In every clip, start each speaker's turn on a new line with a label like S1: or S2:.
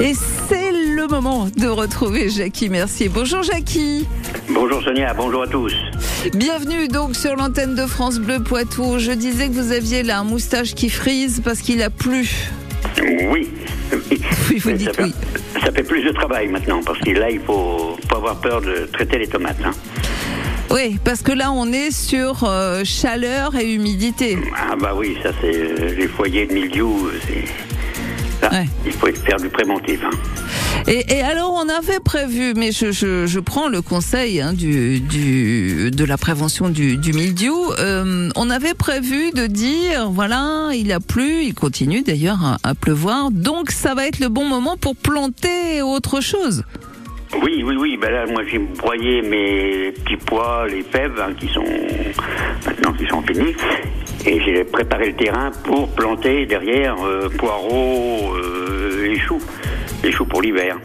S1: Et c'est le moment de retrouver Jackie Mercier. Bonjour Jackie.
S2: Bonjour Sonia, bonjour à tous.
S1: Bienvenue donc sur l'antenne de France Bleu Poitou. Je disais que vous aviez là un moustache qui frise parce qu'il a plu.
S2: Oui.
S1: Oui, vous
S2: Mais
S1: dites
S2: ça, fait,
S1: oui.
S2: ça fait plus de travail maintenant, parce que là, il faut pas avoir peur de traiter les tomates. hein.
S1: Oui, parce que là on est sur euh, chaleur et humidité.
S2: Ah bah oui, ça c'est euh, les foyers de milieu, c'est... Là,
S1: Ouais.
S2: il faut faire du préventif. hein.
S1: Et, et alors, on avait prévu, mais je, je, je prends le conseil hein, du, du, de la prévention du, du mildiou. Euh, on avait prévu de dire, voilà, il a plu, il continue d'ailleurs à, à pleuvoir, donc ça va être le bon moment pour planter autre chose.
S2: Oui, oui, oui, bah là, moi j'ai broyé mes petits pois, les fèves, hein, qui sont maintenant qui sont finis, et j'ai préparé le terrain pour planter derrière euh, poireaux euh, et choux, les choux pour l'hiver.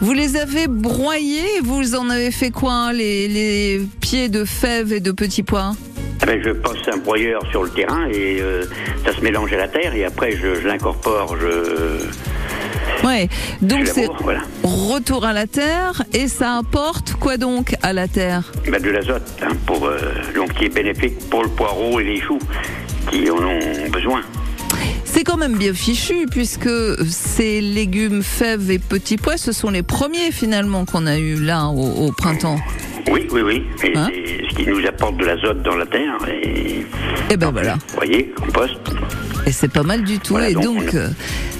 S1: Vous les avez broyés, vous en avez fait quoi, hein, les, les pieds de fèves et de petits pois
S2: Ah ben, je passe un broyeur sur le terrain et euh, ça se mélange à la terre et après je, je l'incorpore, je,
S1: Ouais, donc
S2: je
S1: c'est
S2: laboure, voilà.
S1: retour à la terre, et ça apporte quoi donc à la terre
S2: Ben, de l'azote, hein, pour, euh, donc qui est bénéfique pour le poireau et les choux qui en ont besoin.
S1: C'est quand même bien fichu puisque ces légumes, fèves et petits pois, ce sont les premiers finalement qu'on a eu là au, au printemps.
S2: Oui, oui, oui. Et
S1: Hein
S2: c'est ce qui nous apporte de l'azote dans la terre. Et,
S1: Et ben voilà.
S2: Vous voyez, compost,
S1: Et c'est pas mal du tout.
S2: Voilà,
S1: et
S2: donc,
S1: donc
S2: on a-
S1: euh,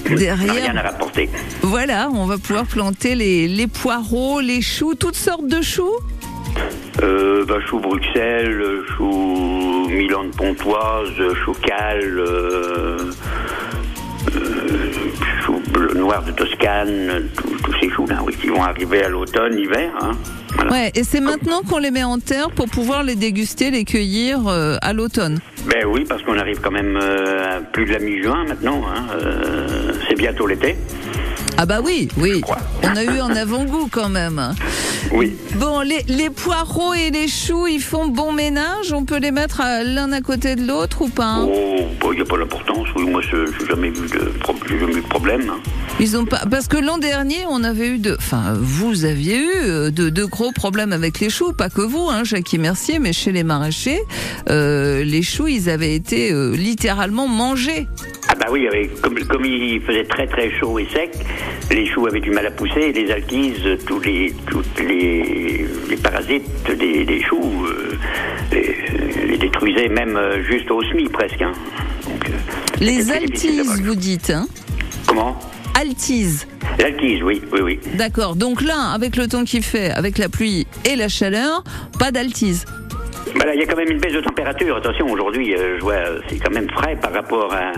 S2: on n'a rien à
S1: derrière,
S2: rapporter.
S1: voilà, on va pouvoir planter les, les poireaux, les choux, toutes sortes de choux.
S2: Euh, ben, chou Bruxelles, euh, chou Milan de Pontoise, euh, chou Cal, euh, euh, chou bleu noir de Toscane, euh, tous- tous ces choux-là, oui, qui vont arriver à l'automne, hiver. Hein. Voilà.
S1: Ouais. Et c'est maintenant qu'on les met en terre pour pouvoir les déguster, les cueillir euh, à l'automne.
S2: Ben oui, parce qu'on arrive quand même euh, à plus de la mi-juin maintenant. hein, euh, c'est bientôt l'été.
S1: Ah bah oui, oui.
S2: crois.
S1: On a eu un avant-goût quand même.
S2: Oui.
S1: Bon, les, les poireaux et les choux, ils font bon ménage. On peut les mettre euh, l'un à côté de l'autre ou pas hein
S2: Oh, il n'y a pas d'importance. Oui, moi, je n'ai jamais vu de, pro- j'ai jamais eu de problème. hein.
S1: Ils ont pas parce que l'an dernier, on avait eu de, enfin, vous aviez eu euh, de, de gros problèmes avec les choux, pas que vous, hein, Jackie Mercier, mais chez les maraîchers, euh, les choux, ils avaient été euh, littéralement mangés.
S2: Ah bah oui, avec- comme, comme il faisait très très chaud et sec, les choux avaient du mal à pousser, et les alquises, tous les, toutes les, les parasites des, des choux euh, les, les détruisaient même euh, juste au SMI presque. hein. Donc, euh,
S1: Les
S2: c'était difficile
S1: altises,
S2: d'avoir-
S1: vous dites, hein
S2: Comment
S1: altises.
S2: L'altise, oui, oui, oui.
S1: D'accord. Donc là, avec le temps qu'il fait, avec la pluie et la chaleur, pas d'altise.
S2: Voilà, il y a quand même une baisse de température. Attention, aujourd'hui, euh, je vois, euh, c'est quand même frais par rapport à...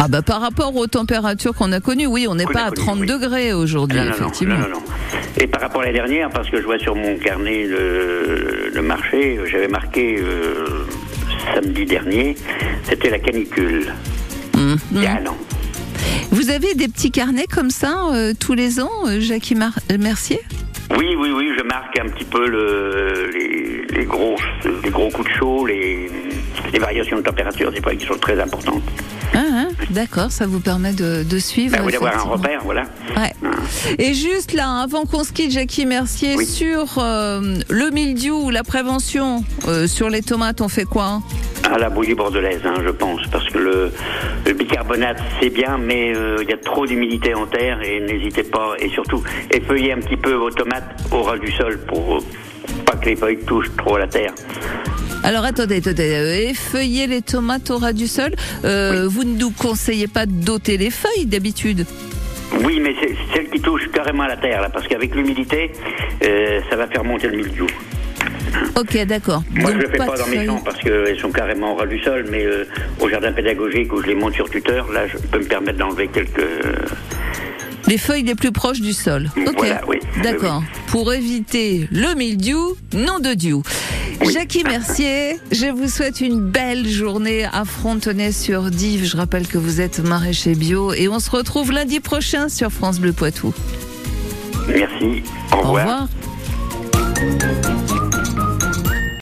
S1: Ah bah par rapport aux températures qu'on a connues, oui, on n'est
S2: Qu'on
S1: pas
S2: a
S1: à
S2: connues,
S1: 30
S2: oui. Ah
S1: degrés aujourd'hui,
S2: Non, non, non,
S1: effectivement.
S2: non, non, non. Et par rapport à la dernière, parce que je vois sur mon carnet le, le marché, j'avais marqué euh, samedi dernier, c'était la canicule.
S1: Mhm.
S2: Il y a un an.
S1: Vous avez des petits carnets comme ça euh, tous les ans, euh, Jackie Mar- euh, Mercier
S2: Oui, oui, oui, je marque un petit peu le, les, les gros, les gros coups de chaud, les, les variations de température, c'est vrai qui sont très importantes.
S1: Ah, hein, D'accord, ça vous permet de, de suivre.
S2: Ben, vous voulez avoir un
S1: effectivement.
S2: repère, voilà.
S1: Ouais. Et juste là, avant qu'on se quitte, Jackie Mercier,
S2: Oui.
S1: sur euh, le mildiou ou la prévention euh, sur les tomates, on fait quoi hein
S2: À la bouillie bordelaise, hein, je pense, parce que le, le bicarbonate c'est bien, mais euh, il y a trop d'humidité en terre et n'hésitez pas, et surtout effeuillez un petit peu vos tomates au ras du sol pour euh, pas que les feuilles touchent trop à la terre.
S1: Alors attendez, attendez, euh, effeuillez les tomates au ras du sol. Euh, Vous ne nous conseillez pas d'ôter les feuilles d'habitude
S2: Oui, mais c'est c'est celle qui touche carrément à la terre, là, parce qu'avec l'humidité, euh, ça va faire monter le mildiou.
S1: Ok, d'accord.
S2: Moi,
S1: Donc,
S2: je le fais pas,
S1: de
S2: dans mes
S1: feuilles.
S2: champs parce qu'elles sont carrément au ras du sol, mais euh, au jardin pédagogique où je les monte sur tuteur, là, je peux me permettre d'enlever quelques. euh,
S1: Les feuilles les plus proches du sol. Ok.
S2: Voilà, oui.
S1: D'accord. Pour éviter le mildiou, non de diou. Jackie Mercier, je vous souhaite une belle journée à Frontenay-sur-Dive. Je rappelle que vous êtes maraîcher bio et on se retrouve lundi prochain sur France Bleu Poitou.
S2: Merci,
S1: Au revoir.